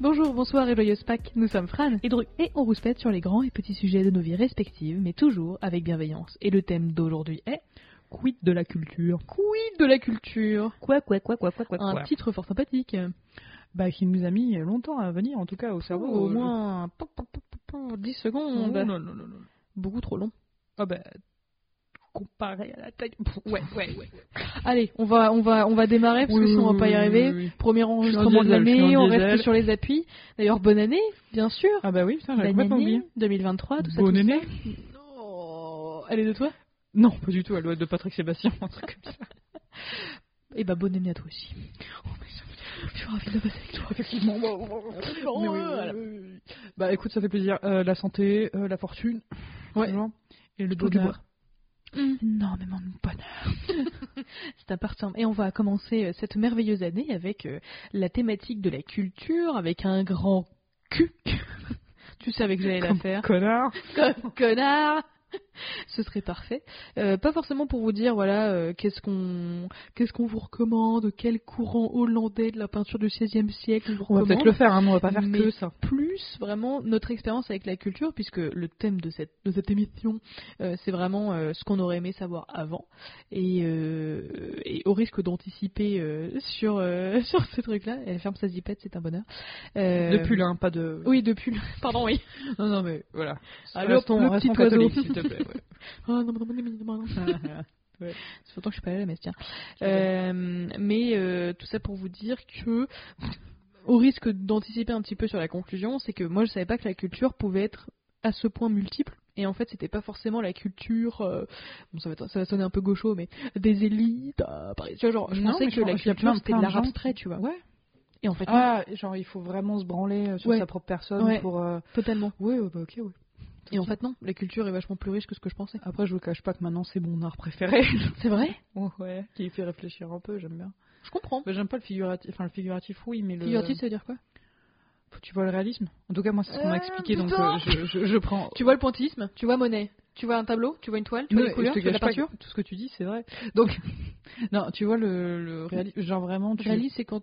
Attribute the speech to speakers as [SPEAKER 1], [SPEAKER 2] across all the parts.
[SPEAKER 1] Bonjour, bonsoir et joyeuse Pâques. Nous sommes Fran et Dru et on rouspète sur les grands et petits sujets de nos vies respectives, mais toujours avec bienveillance. Et le thème d'aujourd'hui est Quid de la culture Quid de la culture
[SPEAKER 2] Quoi, quoi, quoi, quoi, quoi, quoi,
[SPEAKER 1] Un
[SPEAKER 2] quoi.
[SPEAKER 1] titre fort sympathique.
[SPEAKER 2] Ah, Bah, qui nous a mis longtemps à venir, en tout cas, au cerveau.
[SPEAKER 1] Oh, au
[SPEAKER 2] je-
[SPEAKER 1] moins pop, pop, pop, pop, 10
[SPEAKER 2] Oh,
[SPEAKER 1] secondes.
[SPEAKER 2] non, non, non, non.
[SPEAKER 1] Beaucoup trop long.
[SPEAKER 2] Ah, bah, comparé à la taille. Ouais, ouais, ouais.
[SPEAKER 1] Allez, on va, on va, on va démarrer parce que sinon on va pas y arriver. Premier enregistrement de
[SPEAKER 2] diesel, je suis
[SPEAKER 1] l'année,
[SPEAKER 2] en
[SPEAKER 1] on
[SPEAKER 2] diesel.
[SPEAKER 1] reste sur les appuis. D'ailleurs, bonne année, bien sûr.
[SPEAKER 2] Ah, bah oui, putain, j'avais
[SPEAKER 1] Bonne
[SPEAKER 2] complètement
[SPEAKER 1] année
[SPEAKER 2] oublié.
[SPEAKER 1] 2023, tout ça.
[SPEAKER 2] Bonne
[SPEAKER 1] tout ça.
[SPEAKER 2] année
[SPEAKER 1] Oh, elle est de toi
[SPEAKER 2] Non, pas du tout, elle doit être de Patrick Sébastien, un truc comme ça.
[SPEAKER 1] Eh bah, bonne année à toi aussi. Oh, mais je- je suis ravie de passer avec toi.
[SPEAKER 2] Effectivement.
[SPEAKER 1] Mais oui, voilà.
[SPEAKER 2] Bah, écoute, ça fait plaisir. Euh, la santé, euh, la fortune.
[SPEAKER 1] Ouais.
[SPEAKER 2] toujours. Et le
[SPEAKER 1] Faut du
[SPEAKER 2] bonheur.
[SPEAKER 1] Non, mais mon bonheur. C'est important. Et on va commencer euh, cette merveilleuse année avec euh, la thématique de la culture, avec un grand cul. tu savais que j'allais la
[SPEAKER 2] Comme
[SPEAKER 1] faire.
[SPEAKER 2] Connard.
[SPEAKER 1] Comme connard ce serait parfait. Euh, pas forcément pour vous dire voilà euh, qu'est-ce qu'on qu'est-ce qu'on vous recommande, quel courant hollandais de la peinture du XVIe siècle vous
[SPEAKER 2] On va
[SPEAKER 1] recommande
[SPEAKER 2] peut-être le faire, hein, mais on va pas faire
[SPEAKER 1] Mais-
[SPEAKER 2] que ça.
[SPEAKER 1] plus vraiment notre expérience avec la culture, puisque le thème de cette, de cette émission, euh, c'est vraiment euh, ce qu'on aurait aimé savoir avant. Et, euh, et au risque d'anticiper euh, sur, euh, sur ce truc-là, elle ferme sa zipette, c'est un bonheur. Euh,
[SPEAKER 2] Depuis là, hein, pas de.
[SPEAKER 1] Oui, de pull. Pardon, oui.
[SPEAKER 2] Non, non, mais voilà.
[SPEAKER 1] Allô,
[SPEAKER 2] restons,
[SPEAKER 1] le
[SPEAKER 2] restons
[SPEAKER 1] petit oiseau.
[SPEAKER 2] catholiques, s'il te plaît. ouais.
[SPEAKER 1] Ah, non, non, non, non, non.
[SPEAKER 2] Euh, Ouais.
[SPEAKER 1] C'est pourtant que je suis pas allée à la messe, tiens. Euh, mais euh, tout ça pour vous dire que, au risque d'anticiper un petit peu sur la conclusion, c'est que moi je savais pas que la culture pouvait être à ce point multiple. Et en fait, c'était pas forcément la culture. euh, bon, ça va, être- ça va sonner un peu gaucho, mais des élites. euh, par- tu vois, genre, je
[SPEAKER 2] Non,
[SPEAKER 1] pensais
[SPEAKER 2] mais
[SPEAKER 1] que
[SPEAKER 2] je
[SPEAKER 1] la
[SPEAKER 2] pense qu'il y a
[SPEAKER 1] culture
[SPEAKER 2] plein-
[SPEAKER 1] c'était
[SPEAKER 2] plein
[SPEAKER 1] de
[SPEAKER 2] de
[SPEAKER 1] l'art
[SPEAKER 2] gens
[SPEAKER 1] abstrait, tu vois.
[SPEAKER 2] Ouais.
[SPEAKER 1] Et en fait, non,
[SPEAKER 2] Ah, genre, il faut vraiment se branler euh, sur
[SPEAKER 1] Ouais.
[SPEAKER 2] sa propre personne
[SPEAKER 1] Ouais.
[SPEAKER 2] pour. euh,
[SPEAKER 1] totalement.
[SPEAKER 2] Ouais, ouais, bah ok, ouais.
[SPEAKER 1] Et en fait, non, la culture est vachement plus riche que ce que je pensais.
[SPEAKER 2] Après, je vous cache pas que maintenant, c'est mon art préféré.
[SPEAKER 1] C'est vrai
[SPEAKER 2] ouais, qui fait réfléchir un peu, j'aime bien.
[SPEAKER 1] Je comprends.
[SPEAKER 2] Bah, j'aime pas le figuratif, enfin le figuratif, oui, mais le.
[SPEAKER 1] Figuratif, ça veut dire quoi
[SPEAKER 2] Tu vois le réalisme En tout cas, moi, c'est ce qu'on m'a
[SPEAKER 1] Ah,
[SPEAKER 2] expliqué, donc
[SPEAKER 1] putain.
[SPEAKER 2] euh, je, je, je prends.
[SPEAKER 1] Tu vois le pointillisme, tu vois Monet, tu vois un tableau, tu vois une toile, tu vois
[SPEAKER 2] Ouais,
[SPEAKER 1] les couleurs,
[SPEAKER 2] je
[SPEAKER 1] tu
[SPEAKER 2] te
[SPEAKER 1] vois la
[SPEAKER 2] cache pas
[SPEAKER 1] peinture.
[SPEAKER 2] que Tout ce que tu dis, c'est vrai. Donc, non, tu vois le, le réalisme, genre vraiment, tu
[SPEAKER 1] Réalise, c'est quand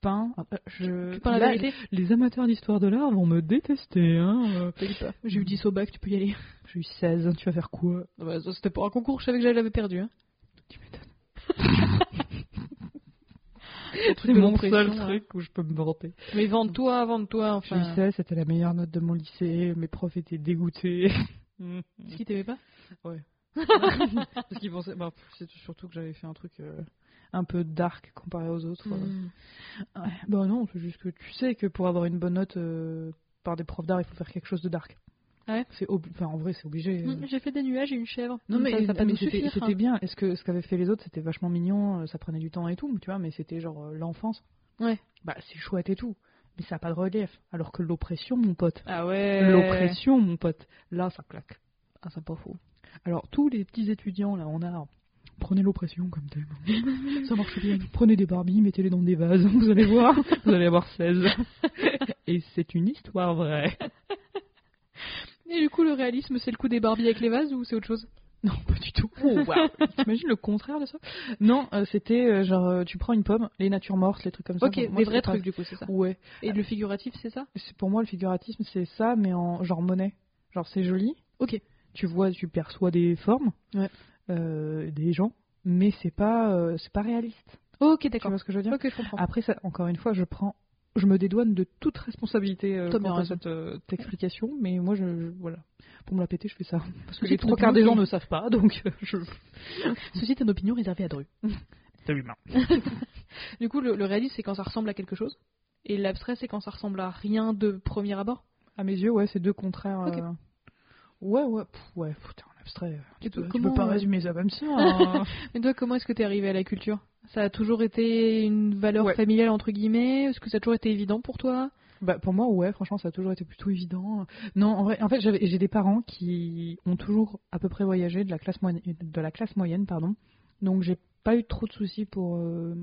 [SPEAKER 2] peins. euh, Je...
[SPEAKER 1] tu peins la
[SPEAKER 2] Là,
[SPEAKER 1] vérité.
[SPEAKER 2] Les amateurs d'histoire de l'art vont me détester, hein. euh.
[SPEAKER 1] J'ai eu 10 au bac, tu peux y aller.
[SPEAKER 2] J'ai eu 16, tu vas faire quoi
[SPEAKER 1] C'était pour un concours, je savais que j'avais perdu. Hein.
[SPEAKER 2] Tu
[SPEAKER 1] truc
[SPEAKER 2] C'est
[SPEAKER 1] de
[SPEAKER 2] mon
[SPEAKER 1] l'oppression,
[SPEAKER 2] seul
[SPEAKER 1] hein.
[SPEAKER 2] truc où je peux me vanter.
[SPEAKER 1] Mais vende-toi, vende-toi. Enfin,
[SPEAKER 2] J'ai eu 16, c'était la meilleure note de mon lycée, mes profs étaient dégoûtés. Hmm.
[SPEAKER 1] ce qui t'aimait pas
[SPEAKER 2] Parce qu'ils pensaient, bah, pff, c'est surtout que j'avais fait un truc euh, un peu dark comparé aux
[SPEAKER 1] Hmm.
[SPEAKER 2] autres. euh. Ouais, Bah non, c'est juste que tu sais que pour avoir une bonne note euh, par des profs d'art, il faut faire quelque chose de dark.
[SPEAKER 1] Ah ouais
[SPEAKER 2] c'est obli- enfin, en vrai, c'est obligé. euh.
[SPEAKER 1] Mm, J'ai fait des nuages et une chèvre.
[SPEAKER 2] Non
[SPEAKER 1] Mm,
[SPEAKER 2] mais,
[SPEAKER 1] ça, ça peut
[SPEAKER 2] mais hein.
[SPEAKER 1] nous
[SPEAKER 2] c'était
[SPEAKER 1] suffire.
[SPEAKER 2] c'était bien. Est-ce que ce qu'avaient fait les autres c'était vachement mignon, euh, ça prenait du temps et tout, tu vois, mais c'était genre euh, l'enfance.
[SPEAKER 1] Ouais.
[SPEAKER 2] Bah c'est chouette et tout, mais ça a pas de relief. Alors que l'oppression, mon pote.
[SPEAKER 1] Ah
[SPEAKER 2] Euh.
[SPEAKER 1] ouais.
[SPEAKER 2] L'oppression, mon pote. Là ça claque.
[SPEAKER 1] Ah, c'est pas fou.
[SPEAKER 2] Alors tous les petits étudiants là, on a prenez l'oppression comme thème. ça marche bien. Prenez des Barbies, mettez-les dans des vases, vous allez voir, vous allez avoir 16. et c'est une histoire vraie.
[SPEAKER 1] Et du coup, le réalisme, c'est le coup des Barbies avec les vases ou c'est autre chose
[SPEAKER 2] Non, pas du tout. Oh, waouh. T'imagines le contraire de ça Non, euh, c'était euh, genre euh, tu prends une pomme, les natures mortes, les trucs comme ça.
[SPEAKER 1] Ok,
[SPEAKER 2] Bon, moi,
[SPEAKER 1] les
[SPEAKER 2] c'est
[SPEAKER 1] vrais
[SPEAKER 2] pas-
[SPEAKER 1] trucs du coup, c'est ça.
[SPEAKER 2] Ouais.
[SPEAKER 1] Et le figuratif, c'est ça
[SPEAKER 2] C'est pour moi le figuratisme, c'est ça, mais en genre monnaie. Genre c'est joli.
[SPEAKER 1] Ok.
[SPEAKER 2] Tu vois, tu perçois des formes,
[SPEAKER 1] Ouais.
[SPEAKER 2] euh, des gens, mais c'est pas, euh, c'est pas réaliste.
[SPEAKER 1] Ok,
[SPEAKER 2] Tu
[SPEAKER 1] d'accord.
[SPEAKER 2] vois ce que je veux dire Ah,
[SPEAKER 1] Ok, je comprends.
[SPEAKER 2] Après ça, encore une fois, je prends, je me dédouane de toute responsabilité euh,
[SPEAKER 1] T'as bien
[SPEAKER 2] quant à
[SPEAKER 1] raison.
[SPEAKER 2] cette euh, explication, mais moi, je, je- voilà, pour me la péter, je fais ça parce
[SPEAKER 1] Ceci
[SPEAKER 2] que les
[SPEAKER 1] est une
[SPEAKER 2] trois quarts des
[SPEAKER 1] opinion
[SPEAKER 2] gens ne savent pas, donc euh, je.
[SPEAKER 1] Ceci est une opinion réservée à Dru.
[SPEAKER 2] C'est humain.
[SPEAKER 1] Du coup, le, le réalisme, c'est quand ça ressemble à quelque chose. Et l'abstrait, c'est quand ça ressemble à rien de premier abord.
[SPEAKER 2] À mes yeux, ouais, c'est deux contraires.
[SPEAKER 1] Ok.
[SPEAKER 2] euh, Ouais, ouais, pff, ouais, putain, l'abstrait. euh, Tu, peux- tu
[SPEAKER 1] comment,
[SPEAKER 2] peux pas
[SPEAKER 1] euh,
[SPEAKER 2] résumer ça comme ça. hein.
[SPEAKER 1] Mais toi, comment est-ce que t'es arrivé à la culture Ça a toujours été une valeur
[SPEAKER 2] Ouais.
[SPEAKER 1] familiale, entre guillemets Est-ce que ça a toujours été évident pour toi
[SPEAKER 2] Bah, pour moi, ouais, franchement, ça a toujours été plutôt évident. Non, en, vrai, en fait, j'avais- j'ai des parents qui ont toujours à peu près voyagé de la classe, moyenne- de la classe moyenne, pardon. Donc, j'ai pas eu trop de soucis pour. euh,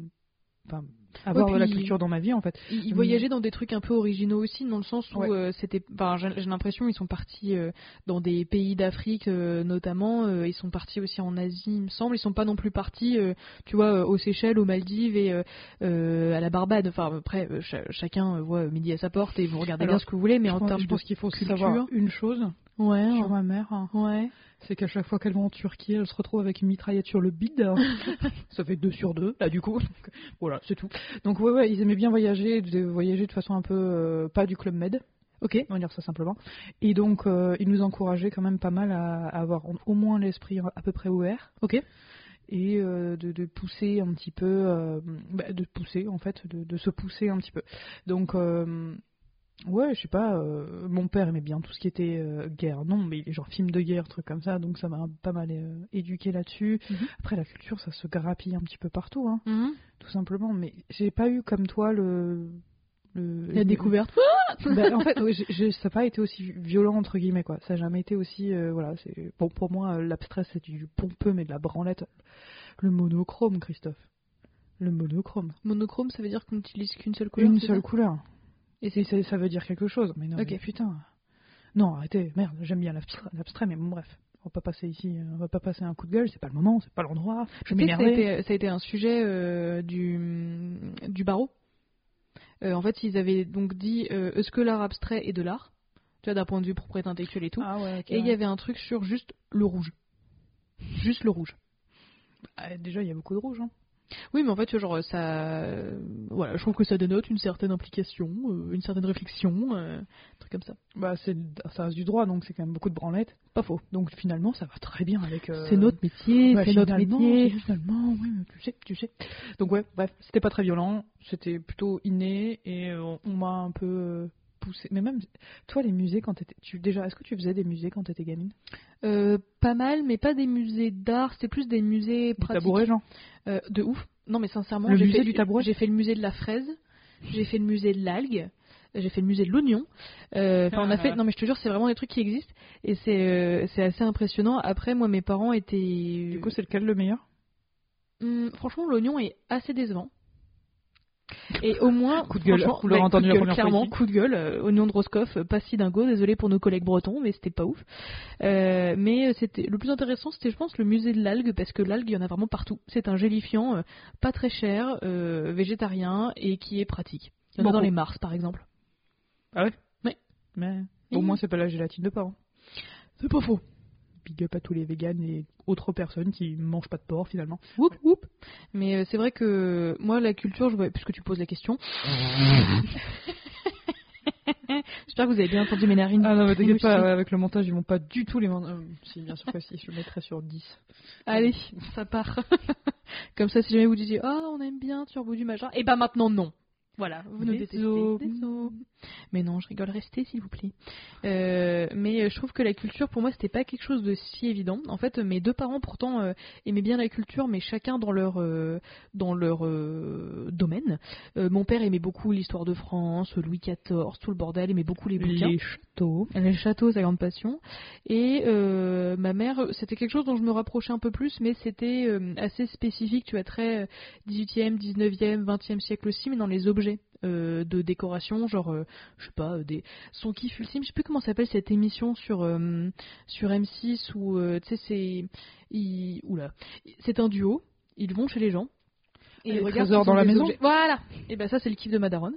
[SPEAKER 2] Enfin, avoir
[SPEAKER 1] Ouais,
[SPEAKER 2] de la
[SPEAKER 1] puis-
[SPEAKER 2] culture dans ma vie en fait.
[SPEAKER 1] Ils, ils
[SPEAKER 2] Mm.
[SPEAKER 1] voyageaient dans des trucs un peu originaux aussi, dans le sens où
[SPEAKER 2] Ouais.
[SPEAKER 1] euh, c'était. Enfin, j'ai j'ai l'impression ils sont partis euh, dans des pays d'Afrique euh, notamment. euh, ils sont partis aussi en Asie, il me semble. Ils sont pas non plus partis, euh, tu vois, euh, aux Seychelles, aux Maldives et euh, euh, à la Barbade. Enfin, après, euh, cha- chacun euh, voit euh, midi à sa porte et vous regardez
[SPEAKER 2] Alors,
[SPEAKER 1] bien ce que vous voulez, mais
[SPEAKER 2] je
[SPEAKER 1] en
[SPEAKER 2] pense,
[SPEAKER 1] termes
[SPEAKER 2] je
[SPEAKER 1] de.
[SPEAKER 2] pense qu'il faut aussi
[SPEAKER 1] culture-
[SPEAKER 2] savoir une chose
[SPEAKER 1] Ouais,
[SPEAKER 2] sur ma mère, hein,
[SPEAKER 1] ouais.
[SPEAKER 2] c'est qu'à chaque fois qu'elle va en Turquie, elle se retrouve avec une mitraillette sur le bide. Ça fait deux sur deux là du coup. Donc, voilà, c'est tout. Donc ouais, ouais, ils aimaient bien voyager, de voyager de façon un peu euh, pas du club med.
[SPEAKER 1] Ok.
[SPEAKER 2] on va dire ça simplement. Et donc, euh, il nous encourageait quand même pas mal à, à avoir au moins l'esprit à peu près ouvert.
[SPEAKER 1] Ok.
[SPEAKER 2] Et euh, de, de pousser un petit peu, euh, bah, de pousser en fait, de, de se pousser un petit peu. Donc, euh, ouais, je sais pas, euh, mon père aimait bien tout ce qui était euh, guerre, non, mais genre film de guerre, trucs comme ça, donc ça m'a pas mal euh, éduqué là-dessus.
[SPEAKER 1] Mhm.
[SPEAKER 2] Après, la culture, ça se grappille un petit peu partout, hein, tout simplement, mais j'ai pas eu comme toi le. le-
[SPEAKER 1] La découverte.
[SPEAKER 2] bah, en fait, oui, j'ai- j'ai- ça n'a pas été aussi violent, entre guillemets, quoi. Ça n'a jamais été aussi. euh, voilà, c'est bon, pour moi, euh, l'abstrait, c'est du pompeux, mais de la branlette. Le monochrome, Christophe. Le monochrome.
[SPEAKER 1] Monochrome, ça veut dire qu'on n'utilise qu'une seule couleur.
[SPEAKER 2] Une
[SPEAKER 1] c'est
[SPEAKER 2] seule
[SPEAKER 1] ça
[SPEAKER 2] couleur. Et c'est- c'est- ça veut dire quelque chose. Mais non,
[SPEAKER 1] Ok.
[SPEAKER 2] mais putain. Non, arrêtez, merde, j'aime bien l'abstrait, l'abstrait, mais bon, bref. On va pas passer ici, euh, on va pas passer un coup de gueule, c'est pas le moment, c'est pas l'endroit. Je
[SPEAKER 1] Tu sais que ça a
[SPEAKER 2] m'énerve.
[SPEAKER 1] été, ça a été un sujet euh, du, du barreau. Euh, en fait, ils avaient donc dit euh, est-ce que l'art abstrait est de l'art Tu vois, d'un point de vue propriété intellectuelle et tout.
[SPEAKER 2] Ah ouais, ok,
[SPEAKER 1] et il y
[SPEAKER 2] ouais.
[SPEAKER 1] avait un truc sur juste le rouge. Juste le rouge.
[SPEAKER 2] Ah, déjà, il y a beaucoup de rouge. Hein.
[SPEAKER 1] Oui, mais en fait, tu vois, genre, ça. euh, voilà, je trouve que ça dénote une certaine implication, euh, une certaine réflexion, euh, un truc comme ça.
[SPEAKER 2] Bah, c'est, ça reste du droit, donc c'est quand même beaucoup de branlette.
[SPEAKER 1] Pas faux.
[SPEAKER 2] Donc finalement, ça va très bien avec. euh,
[SPEAKER 1] C'est notre métier,
[SPEAKER 2] Bah,
[SPEAKER 1] c'est notre
[SPEAKER 2] finalement,
[SPEAKER 1] métier.
[SPEAKER 2] c'est Finalement, oui, mais tu sais, tu sais. Donc ouais, bref, c'était pas très violent, c'était plutôt inné et euh, on, on m'a un peu euh, poussé. Mais même toi, les musées quand t'étais, tu déjà, est-ce que tu faisais des musées quand t'étais gamine
[SPEAKER 1] Euh, pas mal, mais pas des musées d'art, c'était plus des musées
[SPEAKER 2] Du
[SPEAKER 1] pratiques.
[SPEAKER 2] tabouret, genre.
[SPEAKER 1] Euh, de ouf. Non, mais sincèrement,
[SPEAKER 2] Le
[SPEAKER 1] j'ai
[SPEAKER 2] musée
[SPEAKER 1] fait-
[SPEAKER 2] du tabouret
[SPEAKER 1] J'ai fait le musée de la fraise, j'ai fait le musée de l'algue, j'ai fait le musée de l'oignon. Euh, Enfin, on a fait. Non, mais je te jure, c'est vraiment des trucs qui existent et c'est euh, c'est assez impressionnant. Après, moi, mes parents étaient.
[SPEAKER 2] Du coup, c'est lequel le meilleur
[SPEAKER 1] Hum, franchement, l'oignon est assez décevant. Et au moins,
[SPEAKER 2] Coup de gueule,
[SPEAKER 1] franchement,
[SPEAKER 2] vous l'aurez
[SPEAKER 1] ouais,
[SPEAKER 2] entendu
[SPEAKER 1] coup
[SPEAKER 2] la
[SPEAKER 1] de gueule,
[SPEAKER 2] première fois
[SPEAKER 1] clairement,
[SPEAKER 2] ici.
[SPEAKER 1] coup de gueule, euh, oignon de Roscoff, euh, pas si dingo, désolé pour nos collègues bretons, mais c'était pas ouf. Euh, mais euh, c'était le plus intéressant, c'était je pense le musée de l'algue, parce que l'algue, il y en a vraiment partout. C'est un gélifiant euh, pas très cher, euh, végétarien et qui est pratique. Il y en a
[SPEAKER 2] Beaucoup.
[SPEAKER 1] dans les mars, par exemple.
[SPEAKER 2] Mais au
[SPEAKER 1] Mmh.
[SPEAKER 2] moins, c'est pas la gélatine de porc. hein.
[SPEAKER 1] C'est pas faux.
[SPEAKER 2] Big up à tous les véganes et autres personnes qui mangent pas de porc finalement.
[SPEAKER 1] Whoop, whoop. Mais euh, c'est vrai que moi, la culture, je vois, puisque tu poses la question. J'espère que vous avez bien entendu mes narines.
[SPEAKER 2] Ah non, mais t'inquiète pas,
[SPEAKER 1] Moustiques.
[SPEAKER 2] ouais, avec le montage, ils vont pas du tout les. man- euh, si, bien sûr que si, je le mettrai sur 10.
[SPEAKER 1] Allez, ça part. Comme ça, si jamais vous disiez, ah, on aime bien Turbo du Major, et bah maintenant non. Voilà, vous nous détestez.
[SPEAKER 2] Désolé.
[SPEAKER 1] Désolé. Mais non, je rigole, restez s'il vous plaît. Euh, mais euh, je trouve que la culture, pour moi, c'était pas quelque chose de si évident. En fait, mes deux parents, pourtant, euh, aimaient bien la culture, mais chacun dans leur, euh, dans leur euh, domaine. Euh, mon père aimait beaucoup l'histoire de France, Louis XIV, tout le bordel, aimait beaucoup les bouquins.
[SPEAKER 2] Les châteaux.
[SPEAKER 1] Les châteaux, sa grande passion. Et euh, ma mère, c'était quelque chose dont je me rapprochais un peu plus, mais c'était euh, assez spécifique, tu vois, très euh, 18e, 19e, 20e siècle aussi, mais dans les objets euh, de décoration, genre, euh, je sais pas, euh, des... son kiff ultime, je sais plus comment s'appelle cette émission sur, euh, sur M6 où, euh, tu sais, c'est. ils- Oula. C'est un duo, ils vont chez les gens. Euh,
[SPEAKER 2] Les
[SPEAKER 1] ils regardent
[SPEAKER 2] trésors
[SPEAKER 1] ce sont
[SPEAKER 2] dans la
[SPEAKER 1] des
[SPEAKER 2] maison.
[SPEAKER 1] objets. Voilà. Et ben ça c'est le kiff de Madaron.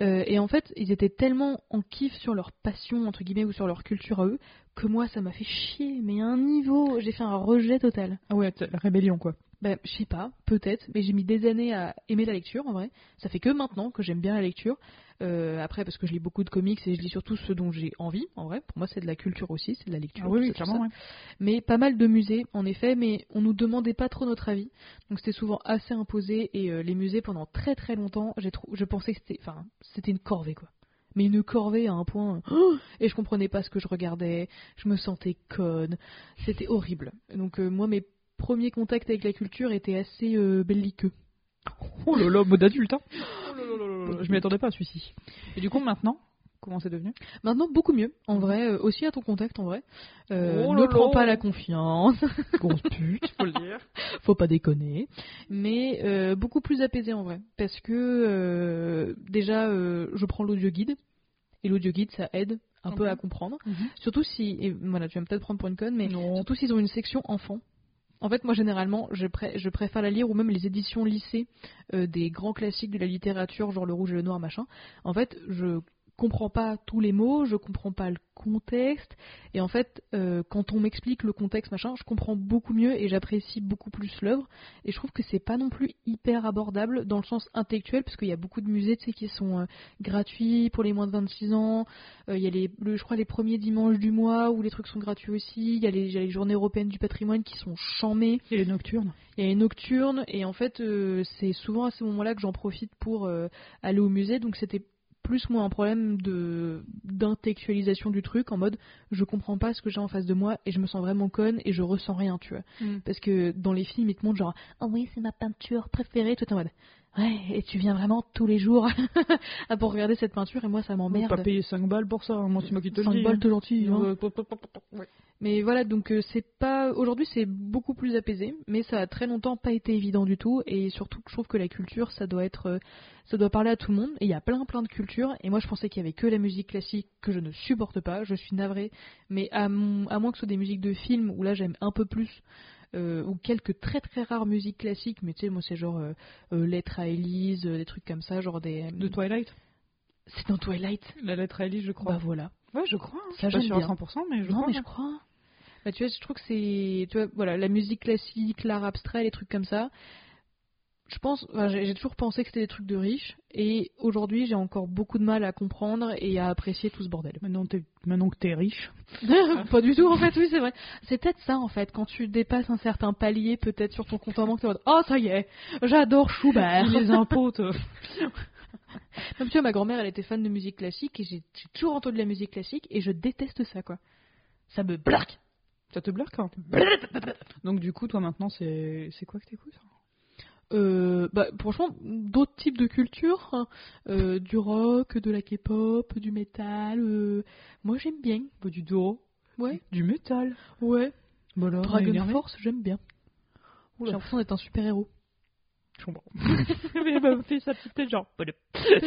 [SPEAKER 1] Euh, et en fait, ils étaient tellement en kiff sur leur passion, entre guillemets, ou sur leur culture à eux, que moi, ça m'a fait chier, mais à un niveau, j'ai fait un rejet total.
[SPEAKER 2] Ah ouais, la rébellion quoi.
[SPEAKER 1] Ben, je sais pas, peut-être, mais j'ai mis des années à aimer la lecture, en vrai. Ça fait que maintenant que j'aime bien la lecture. Euh, après, parce que je lis beaucoup de comics et je lis surtout ce dont j'ai envie, en vrai. Pour moi, c'est de la culture aussi, c'est de la lecture.
[SPEAKER 2] Ah oui,
[SPEAKER 1] tout
[SPEAKER 2] oui,
[SPEAKER 1] ça, tout ça
[SPEAKER 2] clairement, ouais.
[SPEAKER 1] mais pas mal de musées en effet, mais on nous demandait pas trop notre avis, donc c'était souvent assez imposé et euh, les musées pendant très très longtemps, j'ai trou- je pensais que c'était, enfin, c'était une corvée quoi. Mais une corvée à un point, euh, et je comprenais pas ce que je regardais, je me sentais conne, c'était horrible. Donc euh, moi mes premiers contacts avec la culture étaient assez euh, belliqueux.
[SPEAKER 2] Oh là là, mode adulte, hein Je m'y attendais pas à celui-ci. Et du coup, maintenant, Comment c'est devenu
[SPEAKER 1] Maintenant, beaucoup mieux, en vrai, euh, aussi à ton contact, en vrai. Euh,
[SPEAKER 2] Oh
[SPEAKER 1] ne
[SPEAKER 2] lolo.
[SPEAKER 1] prends pas la confiance,
[SPEAKER 2] Grosse pute, faut le dire.
[SPEAKER 1] faut pas déconner, mais euh, beaucoup plus apaisé en vrai, parce que euh, déjà, euh, je prends l'audio guide, et l'audio guide, ça aide un peu
[SPEAKER 2] Mhm.
[SPEAKER 1] à comprendre, surtout si, et voilà, tu vas peut-être prendre pour une conne, mais
[SPEAKER 2] Non.
[SPEAKER 1] surtout s'ils ont une section enfant. En fait, moi, généralement, je, pré- je préfère la lire ou même les éditions lycée euh, des grands classiques de la littérature, genre Le Rouge et le Noir, machin. En fait, je comprends pas tous les mots, je comprends pas le contexte. Et en fait, euh, quand on m'explique le contexte, machin, je comprends beaucoup mieux et j'apprécie beaucoup plus l'œuvre. Et je trouve que c'est pas non plus hyper abordable dans le sens intellectuel, parce qu'il y a beaucoup de musées, tu sais, qui sont euh, gratuits pour les moins de 26 ans. Euh, Il y a les, le- je crois les premiers dimanches du mois où les trucs sont gratuits aussi. Il y, a les- il y a les journées européennes du patrimoine qui sont chamées.
[SPEAKER 2] Et les nocturnes.
[SPEAKER 1] Il y a les nocturnes. Et en fait, euh, c'est souvent à ces moments-là que j'en profite pour euh, aller au musée. Donc c'était plus moi un problème de d'intellectualisation du truc en mode je comprends pas ce que j'ai en face de moi et je me sens vraiment conne et je ressens rien tu vois
[SPEAKER 2] Mm.
[SPEAKER 1] parce que dans les films ils te montrent genre ah oui c'est ma peinture préférée tout en mode ouais et tu viens vraiment tous les jours ah, pour regarder cette peinture et moi ça
[SPEAKER 2] On
[SPEAKER 1] m'emmerde
[SPEAKER 2] pas payer 5 balles pour ça, hein. moi c'est moi qui te le
[SPEAKER 1] Cinq
[SPEAKER 2] dis.
[SPEAKER 1] balles, t'es gentil, hein.
[SPEAKER 2] hein.
[SPEAKER 1] Mais voilà, donc euh, c'est pas aujourd'hui c'est beaucoup plus apaisé, mais ça a très longtemps pas été évident du tout et surtout que je trouve que la culture ça doit être euh, ça doit parler à tout le monde et il y a plein plein de cultures et moi je pensais qu'il y avait que la musique classique que je ne supporte pas, je suis navrée, mais à, mon- à moins que ce soit des musiques de films où là j'aime un peu plus euh, ou quelques très très rares musiques classiques, mais tu sais moi c'est genre euh, euh, Lettre à Élise, euh, des trucs comme ça, genre des
[SPEAKER 2] De Twilight
[SPEAKER 1] c'est dans Twilight.
[SPEAKER 2] La lettre à Ellie, je crois.
[SPEAKER 1] Bah voilà. Bah,
[SPEAKER 2] ouais, je crois. hein.
[SPEAKER 1] ça,
[SPEAKER 2] je suis pas
[SPEAKER 1] j'aime
[SPEAKER 2] sûre à 100%, mais je
[SPEAKER 1] non,
[SPEAKER 2] crois. hein.
[SPEAKER 1] mais je crois. Bah, tu vois, je trouve que c'est. Tu vois, voilà, la musique classique, l'art abstrait, les trucs comme ça. Je pense. enfin, j'ai j'ai toujours pensé que c'était des trucs de riches. Et aujourd'hui, j'ai encore beaucoup de mal à comprendre et à apprécier tout ce bordel.
[SPEAKER 2] Maintenant, t'es- Maintenant que t'es riche.
[SPEAKER 1] pas du tout, en fait, oui, c'est vrai. C'est peut-être ça, en fait. Quand tu dépasses un certain palier, peut-être sur ton compte en banque, tu vas Oh, ça y est, j'adore Schubert.
[SPEAKER 2] les impôts, te-
[SPEAKER 1] Comme tu vois, ma grand-mère, elle était fan de musique classique et j'ai j'ai toujours entendu de la musique classique et je déteste ça, quoi. Ça me blaque.
[SPEAKER 2] ça te bloque. hein. Donc du coup, toi maintenant, c'est c'est quoi que t'écoutes
[SPEAKER 1] Euh, bah, franchement, d'autres types de cultures, hein. Euh, du rock, de la K-pop, du métal. euh, Moi, j'aime bien.
[SPEAKER 2] Bah, Du doro,
[SPEAKER 1] Ouais,
[SPEAKER 2] du métal.
[SPEAKER 1] ouais.
[SPEAKER 2] Oh, Voilà,
[SPEAKER 1] Dragon Force, j'aime bien.
[SPEAKER 2] Oula.
[SPEAKER 1] J'ai l'impression d'être un super héros.
[SPEAKER 2] Je comprends. Mais elle m'a fait sa petite tête genre.
[SPEAKER 1] Toi,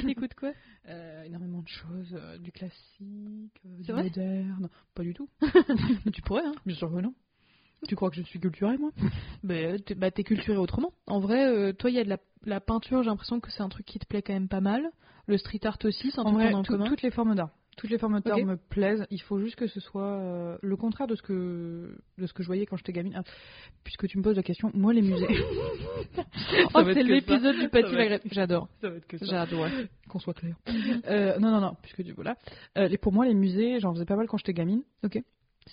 [SPEAKER 1] t'écoutes quoi
[SPEAKER 2] Euh, énormément de choses, euh, du classique, euh,
[SPEAKER 1] C'est
[SPEAKER 2] du
[SPEAKER 1] vrai
[SPEAKER 2] moderne. Pas du tout.
[SPEAKER 1] Tu pourrais, hein.
[SPEAKER 2] Bien sûr que non. Tu crois que je suis culturée, moi
[SPEAKER 1] Bah, euh, t'es bah, t'es culturé autrement. En vrai, euh, toi, il y a de la, la peinture. J'ai l'impression que c'est un truc qui te plaît quand même pas mal. Le street art aussi, c'est un
[SPEAKER 2] En
[SPEAKER 1] truc
[SPEAKER 2] vrai,
[SPEAKER 1] qu'on a en
[SPEAKER 2] tout-
[SPEAKER 1] commun.
[SPEAKER 2] toutes les formes d'art. Toutes les formes d'art
[SPEAKER 1] Ok.
[SPEAKER 2] me plaisent. Il faut juste que ce soit euh, le contraire de ce que de ce que je voyais quand j'étais gamine. Ah, puisque tu me poses la question, moi les musées.
[SPEAKER 1] Oh,
[SPEAKER 2] Ça va être
[SPEAKER 1] c'est
[SPEAKER 2] que ça.
[SPEAKER 1] l'épisode du
[SPEAKER 2] Ça
[SPEAKER 1] Pâté
[SPEAKER 2] va être-
[SPEAKER 1] Maghreb. J'adore,
[SPEAKER 2] Ça va être que ça.
[SPEAKER 1] j'adore.
[SPEAKER 2] Qu'on soit clair. Euh, non, non, non. Puisque du voilà. Euh, les- pour moi, les musées, j'en faisais pas mal quand j'étais gamine.
[SPEAKER 1] Ok.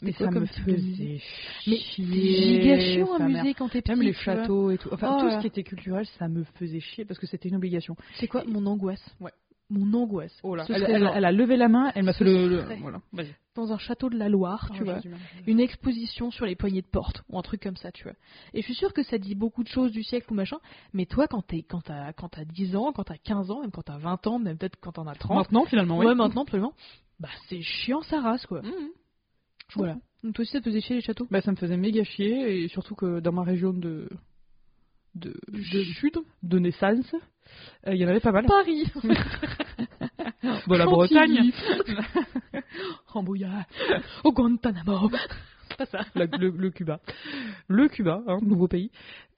[SPEAKER 2] Mais
[SPEAKER 1] quoi
[SPEAKER 2] ça
[SPEAKER 1] comme
[SPEAKER 2] me
[SPEAKER 1] type de musée
[SPEAKER 2] faisait
[SPEAKER 1] Mais
[SPEAKER 2] chier.
[SPEAKER 1] Giga chiant un
[SPEAKER 2] sa mère.
[SPEAKER 1] musée quand t'es petit.
[SPEAKER 2] Même les
[SPEAKER 1] tu vois.
[SPEAKER 2] châteaux et tout. Enfin,
[SPEAKER 1] Oh
[SPEAKER 2] tout
[SPEAKER 1] là
[SPEAKER 2] ce
[SPEAKER 1] là.
[SPEAKER 2] qui était culturel, ça me faisait chier parce que c'était une obligation.
[SPEAKER 1] C'est quoi mon angoisse
[SPEAKER 2] Ouais.
[SPEAKER 1] Mon angoisse.
[SPEAKER 2] Oh là,
[SPEAKER 1] Ce
[SPEAKER 2] elle,
[SPEAKER 1] serait
[SPEAKER 2] elle-
[SPEAKER 1] genre
[SPEAKER 2] elle a levé la main, elle m'a
[SPEAKER 1] Ce
[SPEAKER 2] fait le. le-
[SPEAKER 1] serait-
[SPEAKER 2] voilà. Vas-y.
[SPEAKER 1] dans un château de la Loire,
[SPEAKER 2] Oh
[SPEAKER 1] tu vois. Une exposition sur les poignées de porte ou un truc comme ça, tu vois. Et je suis sûre que ça dit beaucoup de choses du siècle ou machin, mais toi, quand t'es- quand t'as quand t'as 10 ans, quand t'as 15 ans, même quand t'as 20 ans, même peut-être quand t'en as 30,
[SPEAKER 2] Maintenant, finalement, oui.
[SPEAKER 1] ouais, maintenant, absolument, bah c'est chiant sa race, quoi.
[SPEAKER 2] Mhm.
[SPEAKER 1] Voilà. Donc toi aussi, ça te faisait chier les châteaux
[SPEAKER 2] Bah, ça me faisait méga chier, et surtout que dans ma région de. de. de, de naissance, euh, il y en avait pas mal.
[SPEAKER 1] Paris
[SPEAKER 2] Bon, la Bretagne, Oh,
[SPEAKER 1] Chantilly. Rambouillat Au Guantanamo C'est pas ça.
[SPEAKER 2] la- le, le Cuba. Le Cuba, hein, nouveau pays.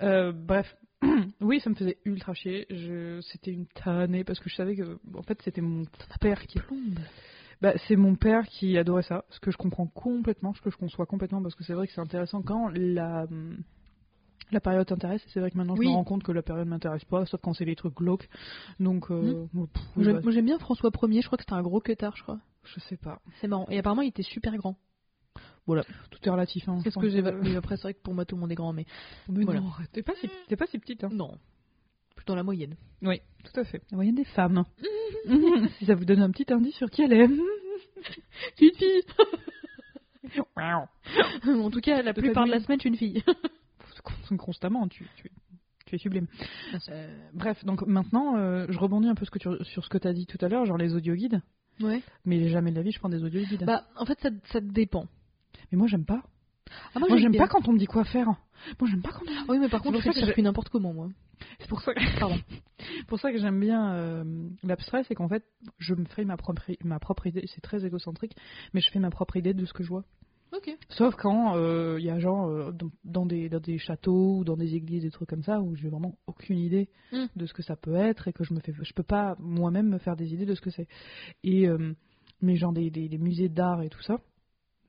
[SPEAKER 2] Euh, bref. Oui, ça me faisait ultra chier. Je... C'était une tannée parce que je savais que, en fait, c'était mon père qui
[SPEAKER 1] Plombe.
[SPEAKER 2] Bah, c'est mon père qui adorait ça, ce que je comprends complètement, ce que je conçois complètement, parce que c'est vrai que c'est intéressant quand la, hum, la période t'intéresse. C'est vrai que maintenant je
[SPEAKER 1] Oui.
[SPEAKER 2] me rends compte que la période m'intéresse pas, sauf quand c'est des trucs glauques. Donc, euh, pff, oui,
[SPEAKER 1] J'aime-
[SPEAKER 2] bah,
[SPEAKER 1] Moi j'aime bien François 1er, je crois que c'était un gros cutard, je crois.
[SPEAKER 2] je sais pas.
[SPEAKER 1] C'est marrant. Et apparemment, il était super grand.
[SPEAKER 2] Tout est relatif. Hein, je
[SPEAKER 1] Qu'est-ce
[SPEAKER 2] pense
[SPEAKER 1] que j'ai
[SPEAKER 2] que-
[SPEAKER 1] mais Après, c'est vrai que pour moi, tout le monde est grand, mais
[SPEAKER 2] Mais
[SPEAKER 1] Voilà.
[SPEAKER 2] non, t'es pas, si... t'es pas si petite. Hein.
[SPEAKER 1] non. Plutôt dans la moyenne.
[SPEAKER 2] Oui, tout à fait. La moyenne des femmes. si ça vous donne un petit indice sur qui elle est.
[SPEAKER 1] Une fille En tout cas, la
[SPEAKER 2] De
[SPEAKER 1] plupart de la
[SPEAKER 2] famille.
[SPEAKER 1] semaine, je suis une fille.
[SPEAKER 2] Constamment, tu, tu, es- tu es sublime. Euh, bref, donc maintenant, euh, je rebondis un peu ce que tu- sur ce que tu as dit tout à l'heure, genre les audioguides.
[SPEAKER 1] Ouais.
[SPEAKER 2] Mais jamais de la vie, je prends des audio guides.
[SPEAKER 1] Bah, en fait, ça, ça dépend.
[SPEAKER 2] Mais moi, j'aime pas.
[SPEAKER 1] Ah,
[SPEAKER 2] Moi, j'aime pas quand on me dit quoi faire. Moi, j'aime pas quand on me
[SPEAKER 1] Ah oui, mais par
[SPEAKER 2] C'est
[SPEAKER 1] contre,
[SPEAKER 2] pour ça
[SPEAKER 1] je
[SPEAKER 2] que
[SPEAKER 1] suis
[SPEAKER 2] j'ai-
[SPEAKER 1] n'importe comment, moi.
[SPEAKER 2] C'est pour ça que, pardon. C'est pour ça que j'aime bien euh, l'abstrait, c'est qu'en fait, je me fais ma propre, ma propre idée, c'est très égocentrique, mais je fais ma propre idée de ce que je vois.
[SPEAKER 1] Ok.
[SPEAKER 2] Sauf quand euh, il y a genre euh, dans, dans des, dans des châteaux ou dans des églises, des trucs comme ça, où j'ai vraiment aucune idée
[SPEAKER 1] Mm.
[SPEAKER 2] de ce que ça peut être et que je me fais, je peux pas moi-même me faire des idées de ce que c'est. Et euh, mais genre des, des, des musées d'art et tout ça,